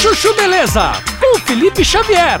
Chuchu Beleza, com Felipe Xavier.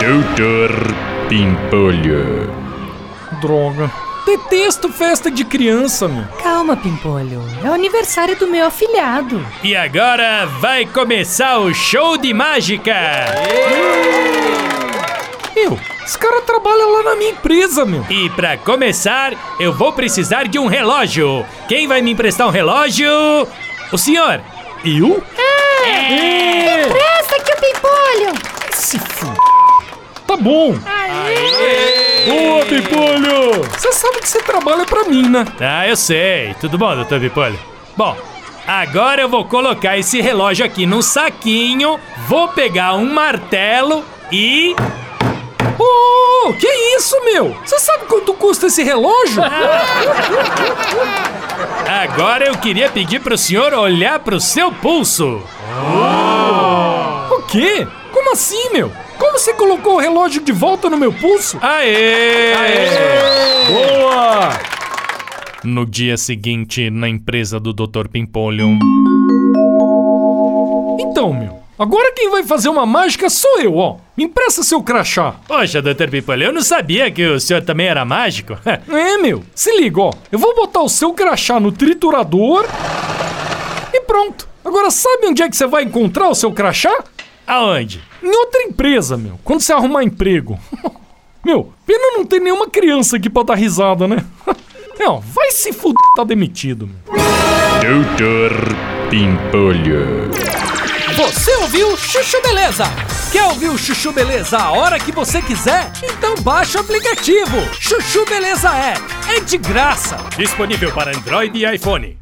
Doutor Pimpolho. Droga. Detesto festa de criança, meu. Calma, Pimpolho. É o aniversário do meu afilhado. E agora vai começar o show de mágica! Meu, esse cara trabalha lá na minha empresa, meu. E pra começar, eu vou precisar de um relógio. Quem vai me emprestar um relógio? O senhor! É. Eu? É. Presta aqui o Pimpolho! Se f... Tá bom. Boa, Pipolho! Você sabe que você trabalha pra mim, né? Ah, eu sei. Tudo bom, doutor Pipolho? Bom, agora eu vou colocar esse relógio aqui num saquinho, vou pegar um martelo e. Ô, Oh, que isso, meu? Você sabe quanto custa esse relógio? Agora eu queria pedir pro senhor olhar pro seu pulso. o quê? Como assim, meu? Como você colocou o relógio de volta no meu pulso? Aê! Boa! No dia seguinte, na empresa do Dr. Pimpolho. Então, meu, agora quem vai fazer uma mágica sou eu, ó. Me empresta seu crachá. Poxa, Dr. Pimpolho, eu não sabia que o senhor também era mágico. É, meu, se liga, ó. Eu vou botar o seu crachá no triturador. E pronto. Agora sabe onde é que você vai encontrar o seu crachá? Aonde? Em outra empresa, meu. Quando você arrumar emprego. meu, pena não ter nenhuma criança aqui pra dar risada, né? não, vai se fuder, tá demitido, meu. Doutor Pimpolho. Você ouviu Chuchu Beleza? Quer ouvir o Chuchu Beleza a hora que você quiser? Então baixa o aplicativo. Chuchu Beleza é. É de graça. Disponível para Android e iPhone.